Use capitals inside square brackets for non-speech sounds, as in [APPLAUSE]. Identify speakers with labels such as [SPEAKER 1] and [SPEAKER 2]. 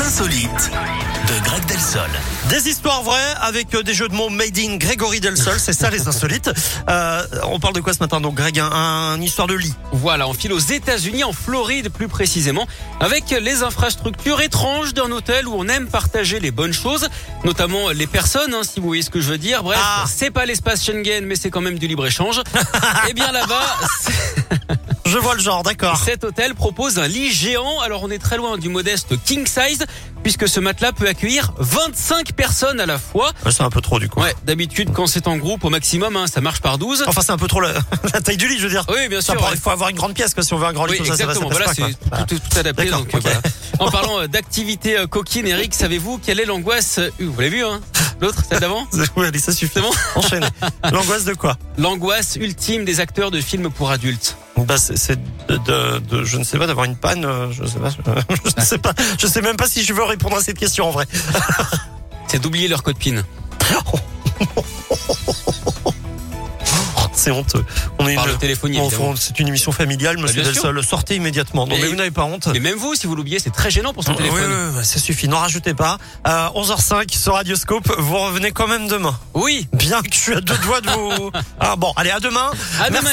[SPEAKER 1] insolite de Greg Delsol.
[SPEAKER 2] Des histoires vraies avec euh, des jeux de mots made in Grégory Delsol, c'est ça les
[SPEAKER 1] [LAUGHS]
[SPEAKER 2] insolites. Euh, on parle de quoi ce matin donc Greg un, un- une histoire de lit.
[SPEAKER 3] Voilà, on file aux États-Unis, en Floride plus précisément, avec les infrastructures étranges d'un hôtel où on aime partager les bonnes choses, notamment les personnes, hein, si vous voyez ce que je veux dire. Bref,
[SPEAKER 2] Ah.
[SPEAKER 3] c'est pas l'espace Schengen, mais c'est quand même du
[SPEAKER 2] [LAUGHS]
[SPEAKER 3] libre-échange. Et bien là-bas,
[SPEAKER 2] Je vois le genre, d'accord.
[SPEAKER 3] cet hôtel propose un lit géant. Alors on est très loin du modeste king size, puisque ce matelas peut accueillir 25 personnes à la fois.
[SPEAKER 2] Ouais, C'est un peu trop du coup.
[SPEAKER 3] Ouais, d'habitude quand c'est en groupe au maximum, hein, ça marche par 12.
[SPEAKER 2] Enfin c'est un peu trop la, [LAUGHS] la taille du lit, je veux dire.
[SPEAKER 3] Oui, bien
[SPEAKER 2] Oh. Ça
[SPEAKER 3] sûr.
[SPEAKER 2] prend-
[SPEAKER 3] ouais.
[SPEAKER 2] Il faut avoir une grande pièce quoi, si on veut un grand lit
[SPEAKER 3] Oui,
[SPEAKER 2] comme ça, ça, va, ça
[SPEAKER 3] exactement.
[SPEAKER 2] passe
[SPEAKER 3] voilà,
[SPEAKER 2] pas, quoi.
[SPEAKER 3] c'est
[SPEAKER 2] Voilà.
[SPEAKER 3] tout, tout adapté.
[SPEAKER 2] D'accord,
[SPEAKER 3] Donc,
[SPEAKER 2] ok.
[SPEAKER 3] voilà. [LAUGHS] En parlant euh, d'activité euh, coquine, Eric, savez-vous quelle est l'angoisse euh, Vous l'avez vu, hein L'autre, celle [LAUGHS] d'avant
[SPEAKER 2] [LAUGHS] Oui, Bah. allez, ça suffit.
[SPEAKER 3] C'est bon
[SPEAKER 2] Enchaîne. L'angoisse de quoi
[SPEAKER 3] L'angoisse ultime des acteurs de films pour adultes.
[SPEAKER 2] Bah, c'est- c'est de, de- de- je ne sais pas, d'avoir une panne, euh, je sais pas, [LAUGHS] euh, je ne sais pas, je sais même pas si je veux répondre à cette question en vrai.
[SPEAKER 3] C'est d'oublier leur code PIN.
[SPEAKER 2] Oh, C'est honteux. On est
[SPEAKER 3] Par le
[SPEAKER 2] une,
[SPEAKER 3] téléphone,
[SPEAKER 2] on-
[SPEAKER 3] évidemment. Bah,
[SPEAKER 2] on- c'est une émission familiale, monsieur
[SPEAKER 3] bien sûr.
[SPEAKER 2] Delsol, sortez immédiatement. Non, mais,
[SPEAKER 3] Mais-
[SPEAKER 2] vous n'avez pas honte. Ah,
[SPEAKER 3] Mais même vous, si vous l'oubliez, c'est très gênant pour son Ah,
[SPEAKER 2] Oui, oui,
[SPEAKER 3] téléphone.
[SPEAKER 2] oui, ça suffit, n'en rajoutez pas. Euh, 11h05 sur Radioscope, vous revenez quand même demain.
[SPEAKER 3] Oui, [LAUGHS]
[SPEAKER 2] Bien que je suis à deux doigts de vous. Ah bon, allez, à demain.
[SPEAKER 3] à
[SPEAKER 2] Merci.
[SPEAKER 3] demain.